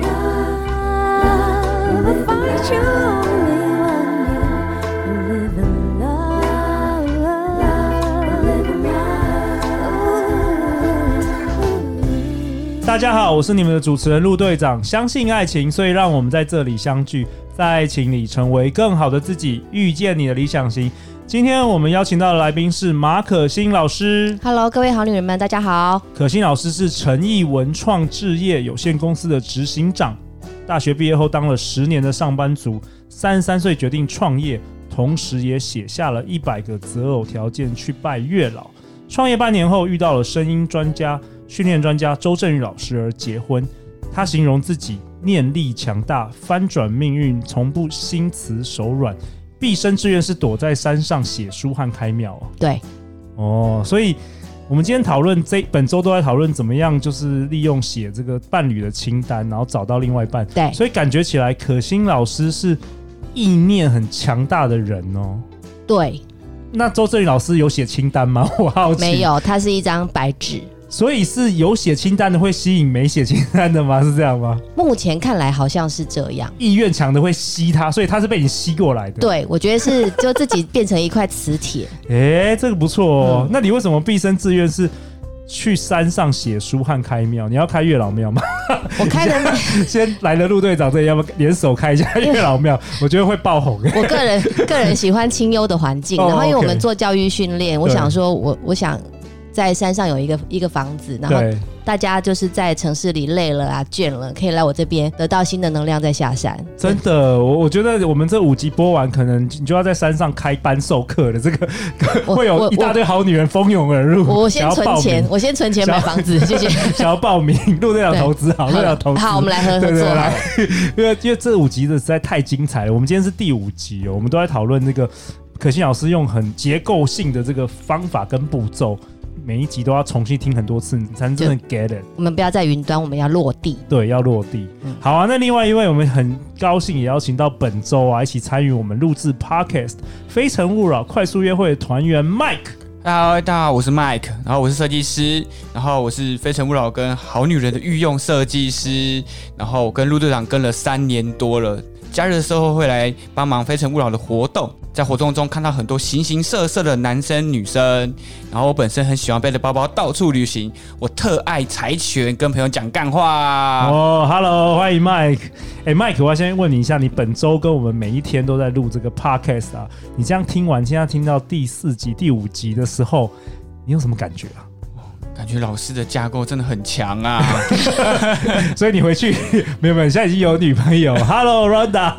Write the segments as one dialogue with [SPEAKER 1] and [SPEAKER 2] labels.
[SPEAKER 1] Love will find you only one you live in love, live in love.
[SPEAKER 2] 大家好，我是你们的主持人陆队长。相信爱情，所以让我们在这里相聚，在爱情里成为更好的自己，遇见你的理想型。今天我们邀请到的来宾是马可欣老师。
[SPEAKER 3] Hello，各位好女人们，大家好。
[SPEAKER 2] 可欣老师是诚毅文创置业有限公司的执行长。大学毕业后当了十年的上班族，三十三岁决定创业，同时也写下了一百个择偶条件去拜月老。创业半年后遇到了声音专家、训练专家周振宇老师而结婚。他形容自己念力强大，翻转命运，从不心慈手软。毕生志愿是躲在山上写书和开庙哦。
[SPEAKER 3] 对，
[SPEAKER 2] 哦，所以我们今天讨论这本周都在讨论怎么样，就是利用写这个伴侣的清单，然后找到另外一半。
[SPEAKER 3] 对
[SPEAKER 2] 所以感觉起来，可心老师是意念很强大的人哦。
[SPEAKER 3] 对，
[SPEAKER 2] 那周振宇老师有写清单吗？我好奇。
[SPEAKER 3] 没。有，它是一张白纸。
[SPEAKER 2] 所以是有写清单的会吸引没写清单的吗？是这样吗？
[SPEAKER 3] 目前看来好像是这样。
[SPEAKER 2] 意愿强的会吸他，所以他是被你吸过来的。。
[SPEAKER 3] 对，我觉得是就自己变成一块磁 铁。
[SPEAKER 2] 哎、这个不错哦。
[SPEAKER 3] 嗯
[SPEAKER 2] 那你为什么毕生志愿是去山上写书和开庙？你要开月老庙吗？
[SPEAKER 3] 我开的，
[SPEAKER 2] 先来了陆队长这里，要不要联手开一下月老 庙？我觉得会爆红。欸
[SPEAKER 3] 我 个人个人喜欢清幽的环境，
[SPEAKER 2] 哦
[SPEAKER 3] 然后因为我
[SPEAKER 2] OK
[SPEAKER 3] 们做教育训练，我
[SPEAKER 2] 对
[SPEAKER 3] 想说我我想。在山上有一个一个房子，然后
[SPEAKER 2] 对，
[SPEAKER 3] 大家就是在城市里累了啊、倦了，可以来我这边得到新的能量，再下山。
[SPEAKER 2] 真的，我我觉得我们这五集播完，可能你就要在山上开班授课了。这 个
[SPEAKER 3] 我
[SPEAKER 2] 会有
[SPEAKER 3] 我
[SPEAKER 2] 一大堆好女人蜂拥而入，
[SPEAKER 3] 我我
[SPEAKER 2] 想
[SPEAKER 3] 先
[SPEAKER 2] 要
[SPEAKER 3] 存
[SPEAKER 2] 报名
[SPEAKER 3] 钱，，我先存钱
[SPEAKER 2] 想
[SPEAKER 3] 买
[SPEAKER 2] 要
[SPEAKER 3] 房子，谢谢。
[SPEAKER 2] 想要报名，陆队长投资 好，陆队长投资
[SPEAKER 3] 好，我们来合合
[SPEAKER 2] 对对对
[SPEAKER 3] 作好
[SPEAKER 2] 来
[SPEAKER 3] 了。，
[SPEAKER 2] 因为因为这五集的实在太精彩了。我们今天是第五集哦，我们都在讨论那个可心老师用很结构性的这个方法跟步骤，每一集都要重新听很多次，你才能真的 get it。
[SPEAKER 3] 我们不要在云端，我们要落地。
[SPEAKER 2] 对，要落地。
[SPEAKER 3] 嗯
[SPEAKER 2] 好啊，那另外一位，我们很高兴也邀请到本周啊一起参与我们录制 Podcast《非诚勿扰》快速约会的团员 Mike。
[SPEAKER 4] Hello，大家好，我是 Mike，然后我是设计师，然后我是《非诚勿扰》跟《好女人》的御用设计师，然后我跟陆队长跟了三年多了。假日的时候会来帮忙《非诚勿扰》的活动，在活动中看到很多形形色色的男生女生，然后我本身很喜欢背着包包到处旅行，我特爱柴犬跟朋友讲干话。
[SPEAKER 2] 哦、h e l l o 欢迎 Mike。哎、m i k e 我要先问你一下，你本周跟我们每一天都在录这个 Podcast 啊，你这样听完，现在听到第四集、第五集的时候，你有什么感觉啊？
[SPEAKER 4] 感觉老师的架构真的很强啊！
[SPEAKER 2] 所以你回去 没有没有，你现在已经有女朋友，Hello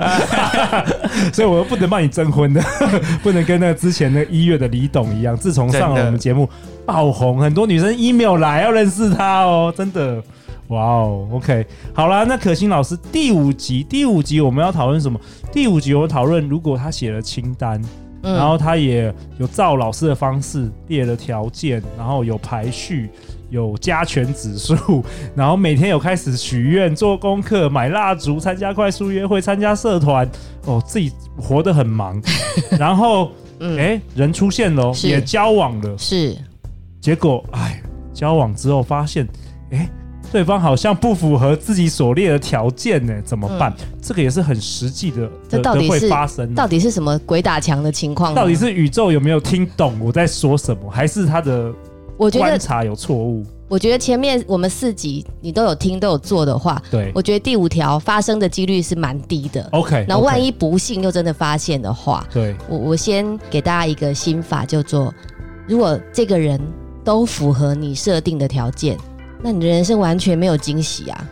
[SPEAKER 2] Ronda，所以我又不能帮你征婚的， 不能跟那个之前那个一月的李董一样，自从上
[SPEAKER 4] 真
[SPEAKER 2] 了
[SPEAKER 4] 的
[SPEAKER 2] 我们节目爆红，很多女生 email 来要认识他哦，真的。哇哦，OK，好啦，那可心老师第五集，第五集我们要讨论什么？第五集我们讨论，如果他写了清单，
[SPEAKER 3] 嗯
[SPEAKER 2] 然后他也有照老师的方式列了条件，然后有排序，有加权指数， 然后每天有开始许愿、做功课、买蜡烛、参加快速约会、参加社团，哦，自己活得很 忙。然后，哎、
[SPEAKER 3] 嗯
[SPEAKER 2] 人出现了哦，
[SPEAKER 3] 是
[SPEAKER 2] 也交往了，
[SPEAKER 3] 是
[SPEAKER 2] 结果，哎，交往之后发现，哎，对方好像不符合自己所列的条件呢，怎么办？这个也是很实际的，
[SPEAKER 3] 嗯这
[SPEAKER 2] 的
[SPEAKER 3] 到底
[SPEAKER 2] 的会
[SPEAKER 3] 是
[SPEAKER 2] 发生的啊
[SPEAKER 3] 到底是什么鬼打墙的情况
[SPEAKER 2] 嗯
[SPEAKER 3] 呢？
[SPEAKER 2] 到底是宇宙有没有听懂我在说什么，还是他的
[SPEAKER 3] 我觉
[SPEAKER 2] 观
[SPEAKER 3] 得，
[SPEAKER 2] 察有错误？
[SPEAKER 3] 我觉得前面我们四集你都有听都有做的话，
[SPEAKER 2] 对
[SPEAKER 3] 我觉得第五条发生的几率是蛮低的。
[SPEAKER 2] ，OK。
[SPEAKER 3] 然后万一不幸又真的发现的话，
[SPEAKER 2] 对
[SPEAKER 3] 我我先给大家一个心法，叫做如果这个人都符合你设定的条件，那你的人生完全没有惊喜啊！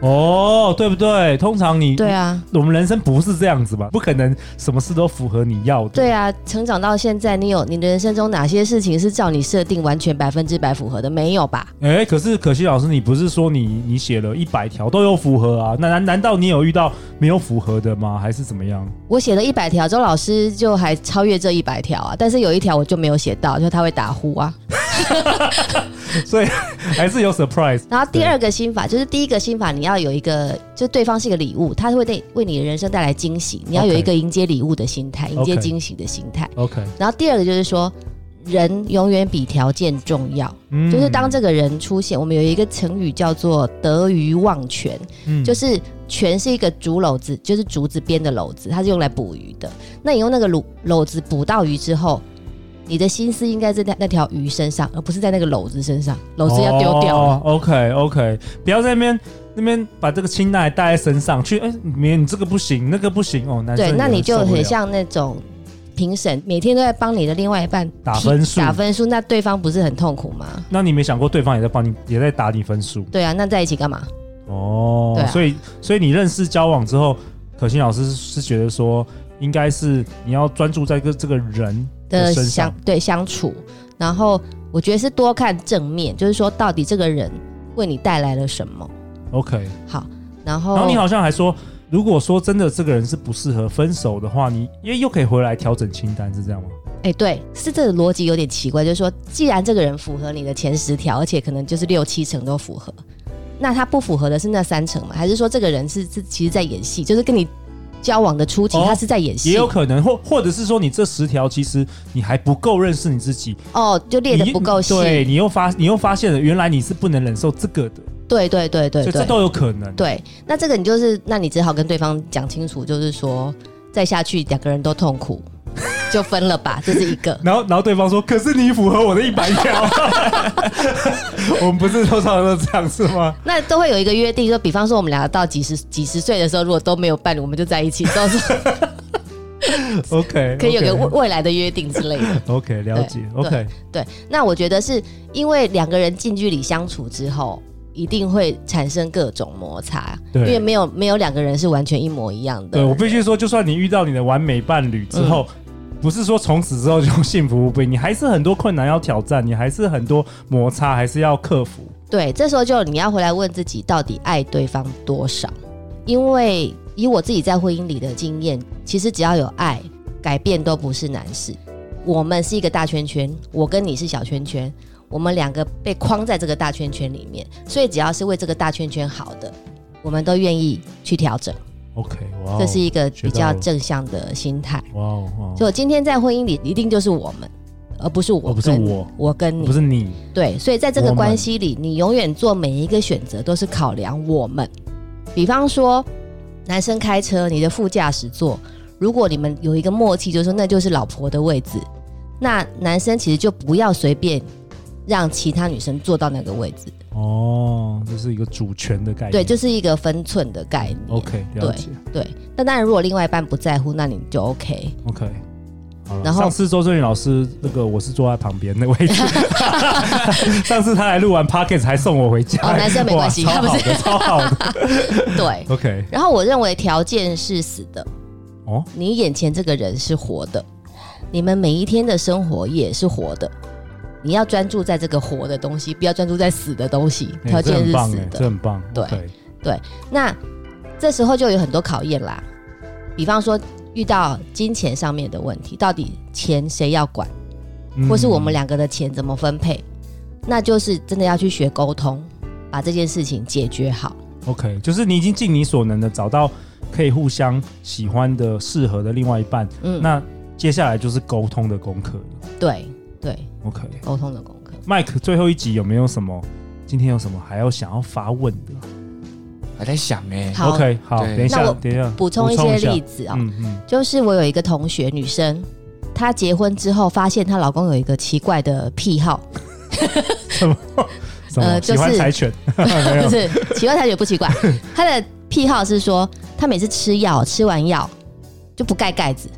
[SPEAKER 2] 哦，对不对？通常你
[SPEAKER 3] 对，啊，
[SPEAKER 2] 我们人生不是这样子吧？不可能什么事都符合你要的。
[SPEAKER 3] 对啊，成长到现在，你有你的人生中哪些事情是照你设定完全百分之百符合的？没有吧？
[SPEAKER 2] 哎，可是可惜老师，你不是说你你写了一百条都有符合啊？那难难道你有遇到没有符合的吗？还是怎么样？
[SPEAKER 3] 我写了一百条，周老师就还超越这一百条啊，但是有一条我就没有写到，就是他会打呼啊。
[SPEAKER 2] 所以 还是有 surprise。
[SPEAKER 3] 然后第二个心法就是第一个心法，你要有一个，就对方是一个礼物，他会对为你的人生带来惊喜，你要有
[SPEAKER 2] OK
[SPEAKER 3] 一个迎接礼物的心态，迎接
[SPEAKER 2] OK
[SPEAKER 3] 惊喜的心态。
[SPEAKER 2] OK，
[SPEAKER 3] 然后第二个就是说，人永远比条件重要。
[SPEAKER 2] 嗯
[SPEAKER 3] 就是当这个人出现，我们有一个成语叫做“得鱼忘全”，
[SPEAKER 2] 嗯
[SPEAKER 3] 就是全是一个竹篓子，就是竹子编的篓子，它是用来捕鱼的。那你用那个篓篓子捕到鱼之后，你的心思应该在那那条鱼身上，而不是在那个篓子身上。篓子要丢掉了。
[SPEAKER 2] 哦、OK OK，不要在那边那边把这个青睐带在身上去。哎、你你这个不行，那个不行哦，男生
[SPEAKER 3] 对，那
[SPEAKER 2] 也
[SPEAKER 3] 你就
[SPEAKER 2] 受不
[SPEAKER 3] 很
[SPEAKER 2] 了
[SPEAKER 3] 像那种评审，每天都在帮你的另外一半
[SPEAKER 2] 打
[SPEAKER 3] 批
[SPEAKER 2] 分数
[SPEAKER 3] 打分数，那对方不是很痛苦吗？
[SPEAKER 2] 那你没想过对方也在帮你，也在打你分数
[SPEAKER 3] 对啊，那在一起干嘛？
[SPEAKER 2] 哦。
[SPEAKER 3] 对啊
[SPEAKER 2] 所以所以你认识交往之后，可心老师是觉得说，应该是你要专注在这这个人
[SPEAKER 3] 的
[SPEAKER 2] 的身
[SPEAKER 3] 相
[SPEAKER 2] 上。
[SPEAKER 3] 对相处，然后我觉得是多看正面，就是说到底这个人为你带来了什么。
[SPEAKER 2] OK，
[SPEAKER 3] 好，然后
[SPEAKER 2] 然后你好像还说，如果说真的这个人是不适合分手的话，你也又可以回来调整清单，是这样吗？
[SPEAKER 3] 哎、对，是这个逻辑有点奇怪，就是说，既然这个人符合你的前十条，而且可能就是六七成都符合，那他不符合的是那三成吗？还是说这个人是是其实在演戏，就是跟你交往的初期，
[SPEAKER 2] 哦
[SPEAKER 3] 他是在演
[SPEAKER 2] 也
[SPEAKER 3] 戏
[SPEAKER 2] 有可能，或或者是说你这十条其实你还不够认识你自己，
[SPEAKER 3] 哦，就列的
[SPEAKER 2] 你
[SPEAKER 3] 不够细，
[SPEAKER 2] 对你又发你又发现了，原来你是不能忍受这个的，
[SPEAKER 3] 对对对对
[SPEAKER 2] 所以这
[SPEAKER 3] 对
[SPEAKER 2] 都有可能。
[SPEAKER 3] 对，那这个你就是，那你只好跟对方讲清楚，就是说再下去两个人都痛苦， 就分 了吧，这是一个。
[SPEAKER 2] 然后，然后对方说：“可是你符合我的一百 条。”我们不是通常都这样是吗？
[SPEAKER 3] 那都会有一个约定，就比方说我们俩到几十几十岁的时候，如果都没有伴侣，我们就在一起，到时候
[SPEAKER 2] OK，
[SPEAKER 3] 可以 有个未未来的约定之类的。
[SPEAKER 2] OK 了解 OK
[SPEAKER 3] 对，那我觉得是因为两个人近距离相处之后，一定会产生各种摩擦，
[SPEAKER 2] 对
[SPEAKER 3] 因为没有没有两个人是完全一模一样的。
[SPEAKER 2] 对我必须说，就算你遇到你的完美伴侣之
[SPEAKER 3] 嗯
[SPEAKER 2] 后，不是说从此之后就幸福无比，你还是很多困难要挑战，你还是很多摩擦还是要克服。
[SPEAKER 3] 对，这时候就你要回来问自己，到底爱对方多少？因为以我自己在婚姻里的经验，其实只要有爱，改变都不是难事。我们是一个大圈圈，我跟你是小圈圈，我们两个被框在这个大圈圈里面，所以只要是为这个大圈圈好的，我们都愿意去调整。
[SPEAKER 2] OK，哇哦，
[SPEAKER 3] 这是一个
[SPEAKER 2] 学
[SPEAKER 3] 比
[SPEAKER 2] 到
[SPEAKER 3] 较
[SPEAKER 2] 了
[SPEAKER 3] 正向的心态。
[SPEAKER 2] 哇哦，哇哦
[SPEAKER 3] 所以我今天在婚姻里，一定就是我们，而不是我
[SPEAKER 2] 哦
[SPEAKER 3] 跟，
[SPEAKER 2] 不是我
[SPEAKER 3] 我跟你
[SPEAKER 2] 不是你
[SPEAKER 3] 对，所以在这
[SPEAKER 2] 我
[SPEAKER 3] 个
[SPEAKER 2] 们
[SPEAKER 3] 关系里，你永远做每一个选择都是考量我们。比方说，男生开车，你的副驾驶座，如果你们有一个默契，就是说那就是老婆的位置，那男生其实就不要随便让其他女生坐到那个位置。
[SPEAKER 2] 哦，这是一个主权的概念。
[SPEAKER 3] 对，就是一个分寸的概念。
[SPEAKER 2] OK，了解。
[SPEAKER 3] 对，那当然，如果另外一半不在乎，那你 就 OK。
[SPEAKER 2] OK，好了。
[SPEAKER 3] 然后
[SPEAKER 2] 上次周正宇老师那个我是坐在旁边那 位置，上次他来录完 Pockets 还送我回家。
[SPEAKER 3] 哦男生没关系
[SPEAKER 2] 哇超好的，超好 的。
[SPEAKER 3] 对，
[SPEAKER 2] OK，
[SPEAKER 3] 然后我认为条件是死的，
[SPEAKER 2] 哦，
[SPEAKER 3] 你眼前这个人是活的，你们每一天的生活也是活的。你要专注在这个活的东西，不要专注在死的东西。
[SPEAKER 2] 哎
[SPEAKER 3] 条件
[SPEAKER 2] 这很
[SPEAKER 3] 是
[SPEAKER 2] 棒
[SPEAKER 3] 死
[SPEAKER 2] 哎这
[SPEAKER 3] 的，
[SPEAKER 2] 很棒。
[SPEAKER 3] 对
[SPEAKER 2] OK，
[SPEAKER 3] 那这时候就有很多考验啦。比方说，遇到金钱上面的问题，到底钱谁要管，
[SPEAKER 2] 嗯
[SPEAKER 3] 或是我们两个的钱怎么分配，那就是真的要去学沟通，把这件事情解决好。
[SPEAKER 2] OK，就是你已经尽你所能的找到可以互相喜欢的、适合的另外一半，
[SPEAKER 3] 嗯，
[SPEAKER 2] 那接下来就是沟通的功课了。
[SPEAKER 3] 对对，
[SPEAKER 2] OK，
[SPEAKER 3] 沟通的功课。
[SPEAKER 2] Mike 最后一集有没有什么？今天有什么还要想要发问的
[SPEAKER 4] 还在想哎、
[SPEAKER 3] 好
[SPEAKER 2] ？OK，好，
[SPEAKER 4] 对
[SPEAKER 2] 等一
[SPEAKER 3] 那
[SPEAKER 2] 下，
[SPEAKER 3] 我
[SPEAKER 2] 等一下，
[SPEAKER 3] 补充一些例
[SPEAKER 2] 子。
[SPEAKER 3] 子啊、
[SPEAKER 2] 嗯嗯，
[SPEAKER 3] 就是我有一个同学，女生，她结婚之后发现她老公有一个奇怪的癖好，
[SPEAKER 2] 什么、
[SPEAKER 3] 呃就是
[SPEAKER 2] 喜欢柴犬？没
[SPEAKER 3] 就
[SPEAKER 2] 有
[SPEAKER 3] 是奇怪，她觉得不奇 怪。她的癖好是说，她每次吃药，吃完药就不盖盖子，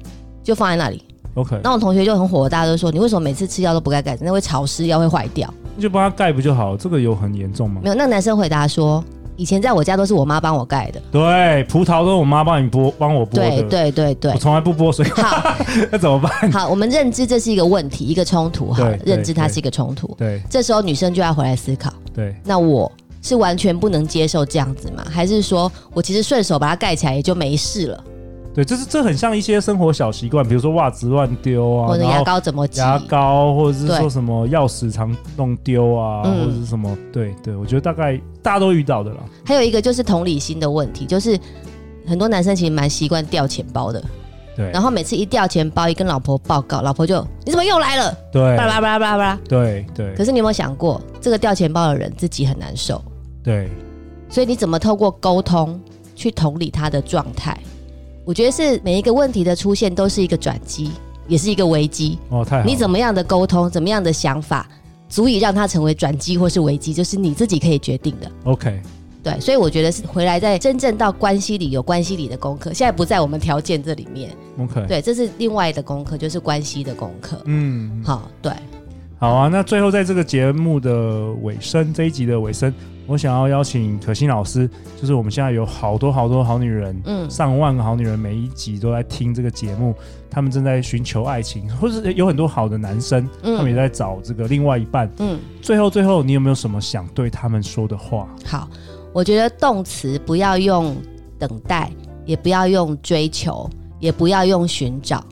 [SPEAKER 3] 就放在那里。
[SPEAKER 2] OK，
[SPEAKER 3] 那我同学就很火，大家都说你为什么每次吃药都不盖盖子？那会潮湿，药会坏掉。
[SPEAKER 2] 就帮他盖不就好？这个有很严重吗
[SPEAKER 3] 没？有，那个男生回答说，以前在我家都是我妈帮我盖的。
[SPEAKER 2] 对，葡萄都是我妈帮你剥，帮我剥
[SPEAKER 3] 对
[SPEAKER 2] 的。，
[SPEAKER 3] 对对对
[SPEAKER 2] 我。从来不剥， 所以
[SPEAKER 3] 好
[SPEAKER 2] 那怎么 办？
[SPEAKER 3] 好，我们认知这是一个问题，一个冲突。好了
[SPEAKER 2] 对，对
[SPEAKER 3] 认知它
[SPEAKER 2] 对
[SPEAKER 3] 是一个冲突。
[SPEAKER 2] 对
[SPEAKER 3] 这时候女生就要回来思考。
[SPEAKER 2] 对，
[SPEAKER 3] 那我是完全不能接受这样子吗？还是说我其实顺手把它盖起来也就没事了？
[SPEAKER 2] 对，就是这很像一些生活小习惯，比如说袜子乱丢啊，
[SPEAKER 3] 或者
[SPEAKER 2] 然
[SPEAKER 3] 牙
[SPEAKER 2] 后
[SPEAKER 3] 膏怎么挤？
[SPEAKER 2] 牙膏，或者是说
[SPEAKER 3] 对
[SPEAKER 2] 什么钥匙常弄丢啊，
[SPEAKER 3] 嗯
[SPEAKER 2] 或者是什么，对对，我觉得大概大家都遇到的啦。
[SPEAKER 3] 还有一个就是同理心的问题，就是很多男生其实蛮习惯掉钱包的，
[SPEAKER 2] 对，
[SPEAKER 3] 然后每次一掉钱包，一跟老婆报告，老婆就你怎么又来了？
[SPEAKER 2] 对
[SPEAKER 3] 巴拉巴拉巴拉巴拉。
[SPEAKER 2] 对对
[SPEAKER 3] 可是你有没有想过，这个掉钱包的人自己很难受，
[SPEAKER 2] 对，
[SPEAKER 3] 所以你怎么透过沟通去同理他的状态？我觉得是每一个问题的出现都是一个转机，也是一个危机。
[SPEAKER 2] 哦，太好了，
[SPEAKER 3] 你怎么样的沟通，怎么样的想法，足以让它成为转机或是危机，就是你自己可以决定的。
[SPEAKER 2] OK？
[SPEAKER 3] 对，所以我觉得是回来在真正到关系里有关系里的功课，现在不在我们条件这里面。
[SPEAKER 2] OK，
[SPEAKER 3] 对，这是另外的功课，就是关系的功课。
[SPEAKER 2] 嗯，
[SPEAKER 3] 好，对，
[SPEAKER 2] 好啊。那最后在这个节目的尾声，这一集的尾声，我想要邀请可心老师，就是我们现在有好多好多好女人，
[SPEAKER 3] 嗯，
[SPEAKER 2] 上万个好女人每一集都在听这个节目，她们正在寻求爱情，或者有很多好的男生，
[SPEAKER 3] 嗯
[SPEAKER 2] 他们也在找这个另外一半。
[SPEAKER 3] 嗯，
[SPEAKER 2] 最后，最后，你有没有什么想对他们说的话？
[SPEAKER 3] 好，我觉得动词不要用等待，也不要用追求，也不要用寻找。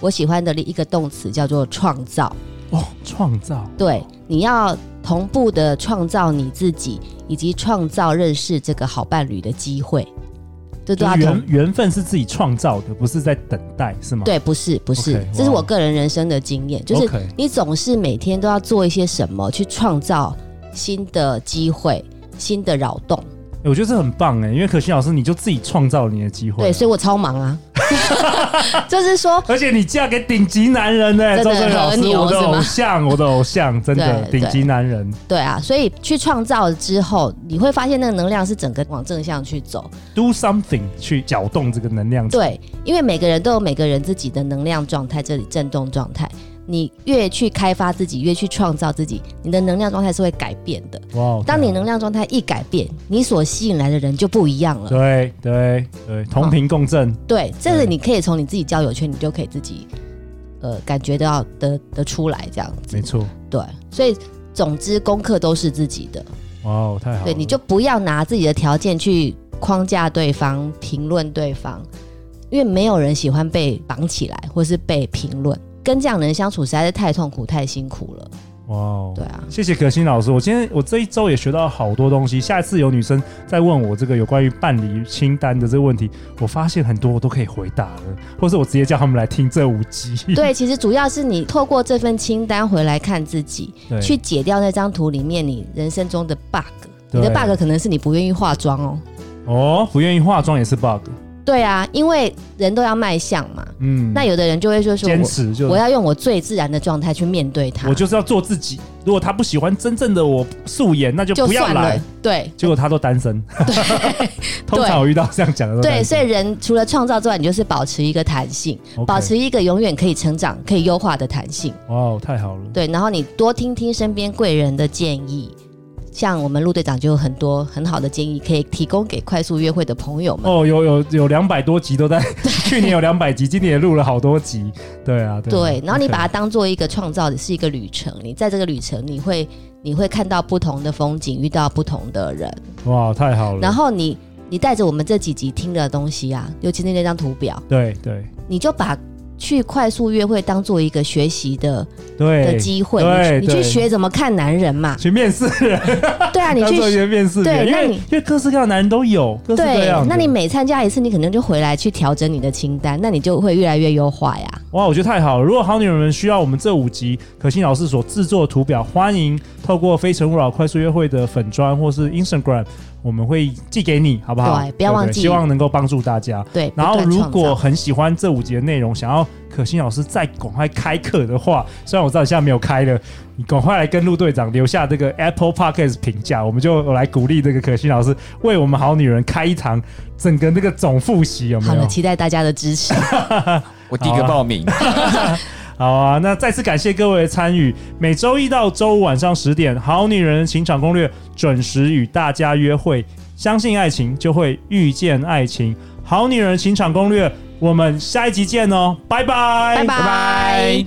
[SPEAKER 3] 我喜欢的一个动词叫做创造。
[SPEAKER 2] 哦，创造，
[SPEAKER 3] 对，你要同步的创造你自己，以及创造认识这个好伴侣的机会。这都
[SPEAKER 2] 就
[SPEAKER 3] 要
[SPEAKER 2] 是
[SPEAKER 3] 同
[SPEAKER 2] 缘缘分是自己创造的，不是在等待，是吗？
[SPEAKER 3] 对，不是不是
[SPEAKER 2] OK，
[SPEAKER 3] 这是
[SPEAKER 2] 哇
[SPEAKER 3] 我个人人生的经验，就是
[SPEAKER 2] OK
[SPEAKER 3] 你总是每天都要做一些什么去创造新的机会、新的扰动。
[SPEAKER 2] 欸我觉得这很棒哎，因为可心老师，你就自己创造了你的机会。
[SPEAKER 3] 对，所以我超 忙啊，就是说。
[SPEAKER 2] 而且你嫁给顶级男人呢、欸，
[SPEAKER 3] 真
[SPEAKER 2] 周
[SPEAKER 3] 的
[SPEAKER 2] 正老师，
[SPEAKER 3] 和牛
[SPEAKER 2] 我的
[SPEAKER 3] 是吗
[SPEAKER 2] 偶像，我的偶像，真的
[SPEAKER 3] 对对
[SPEAKER 2] 顶级男人。
[SPEAKER 3] 对啊，所以去创造之后，你会发现那个能量是整个往正向去走。
[SPEAKER 2] Do something 去搅动这个能量场。
[SPEAKER 3] 对，因为每个人都有每个人自己的能量状态，这里震动状态。你越去开发自己，越去创造自己，你的能量状态是会改变的。
[SPEAKER 2] 哇哦
[SPEAKER 3] 当你能量状态一改变，你所吸引来的人就不一样了。
[SPEAKER 2] 对对对，同频共振，
[SPEAKER 3] 对，这
[SPEAKER 2] 对
[SPEAKER 3] 个你可以从你自己交友圈，你就可以自己呃感觉到得得出来这样子
[SPEAKER 2] 没。错。
[SPEAKER 3] 对，所以总之功课都是自己的。
[SPEAKER 2] 哇哦，太好了。
[SPEAKER 3] 对，你就不要拿自己的条件去框架对方、评论对方，因为没有人喜欢被绑起来或是被评论。跟这样的人相处实在是太痛苦、太辛苦了。
[SPEAKER 2] 哇哦。
[SPEAKER 3] 对啊，
[SPEAKER 2] 谢谢可心老师，我今天我这一周也学到好多东西。下次有女生再问我这个有关于办理清单的这个问题，我发现很多我都可以回答了，或是我直接叫他们来听这五集。
[SPEAKER 3] 对，其实主要是你透过这份清单回来看自己，
[SPEAKER 2] 对
[SPEAKER 3] 去解掉那张图里面你人生中的 bug。
[SPEAKER 2] 对
[SPEAKER 3] 你的 bug 可能是你不愿意化妆哦。
[SPEAKER 2] 哦，不愿意化妆也是 bug。
[SPEAKER 3] 对啊，因为人都要卖相嘛。
[SPEAKER 2] 嗯，
[SPEAKER 3] 那有的人就会说说
[SPEAKER 2] 坚持就
[SPEAKER 3] 我，我要用我最自然的状态去面对它，
[SPEAKER 2] 我就是要做自己。如果他不喜欢真正的我素颜，那就
[SPEAKER 3] 就
[SPEAKER 2] 不要
[SPEAKER 3] 算了
[SPEAKER 2] 来。。
[SPEAKER 3] 对
[SPEAKER 2] 结果他都单身， 通常我遇到这样讲的都单身。
[SPEAKER 3] 对，所以人除了创造之外，你就是保持一个弹性，
[SPEAKER 2] OK
[SPEAKER 3] 保持一个永远可以成长、可以优化的弹性。
[SPEAKER 2] 哇哦，太好了。
[SPEAKER 3] 对，然后你多听听身边贵人的建议。像我们陆队长就有很多很好的建议，可以提供给快速约会的朋友们。
[SPEAKER 2] 哦，有有有两百多集都在，去年有两百集，今年也录了好多集。对啊，对啊
[SPEAKER 3] 对，然后你把它
[SPEAKER 2] OK
[SPEAKER 3] 当做一个创造的是一个旅程，你在这个旅程，你会你会看到不同的风景，遇到不同的人，
[SPEAKER 2] 哇，太好了。
[SPEAKER 3] 然后你你带着我们这几集听的东西啊，尤其是那张图表，
[SPEAKER 2] 对对
[SPEAKER 3] 你就把去快速约会当做一个学习的的
[SPEAKER 2] 对，
[SPEAKER 3] 机会，
[SPEAKER 2] 对
[SPEAKER 3] 你去你
[SPEAKER 2] 对
[SPEAKER 3] 去学怎么看男人嘛
[SPEAKER 2] ，去面试人，
[SPEAKER 3] 对啊，你
[SPEAKER 2] 当
[SPEAKER 3] 去
[SPEAKER 2] 做一
[SPEAKER 3] 学
[SPEAKER 2] 个面试人，
[SPEAKER 3] 对
[SPEAKER 2] 因
[SPEAKER 3] 那
[SPEAKER 2] 为
[SPEAKER 3] 你
[SPEAKER 2] 因为各式各样的男人都有，各式各
[SPEAKER 3] 对
[SPEAKER 2] 样的。，
[SPEAKER 3] 那你每参加一次，你可能就回来去调整你的清单，那你就会越来越优化呀。
[SPEAKER 2] 哇，我觉得太好了！如果好女人们需要我们这五集可心老师所制作的图表，欢迎透过《非诚勿扰》快速约会的粉砖或是 Instagram，我们会寄给你，好不好？
[SPEAKER 3] 对不要忘记
[SPEAKER 2] 希望能够帮助大家。
[SPEAKER 3] 对，
[SPEAKER 2] 然后，
[SPEAKER 3] 不断
[SPEAKER 2] 如
[SPEAKER 3] 创
[SPEAKER 2] 果
[SPEAKER 3] 造
[SPEAKER 2] 很喜欢这五集的内容，想要可心老师再赶快开课的话，虽然我知道你现在没有开了，你赶快来跟陆队长留下这个 Apple Podcast 评价，我们就来鼓励这个可心老师为我们好女人开一堂整个那个总复习，有没
[SPEAKER 3] 好
[SPEAKER 2] 有
[SPEAKER 3] 了，？期待大家的 支持。
[SPEAKER 2] 哎
[SPEAKER 4] 我第一个
[SPEAKER 2] 好啊
[SPEAKER 4] 报名，
[SPEAKER 2] 好啊，那再次感谢各位的参与。每周一到周五晚上十点，《好女人情场攻略》准时与大家约会。相信爱情，就会遇见爱情。《好女人情场攻略》，我们下一集见哦，拜拜，
[SPEAKER 3] 拜拜。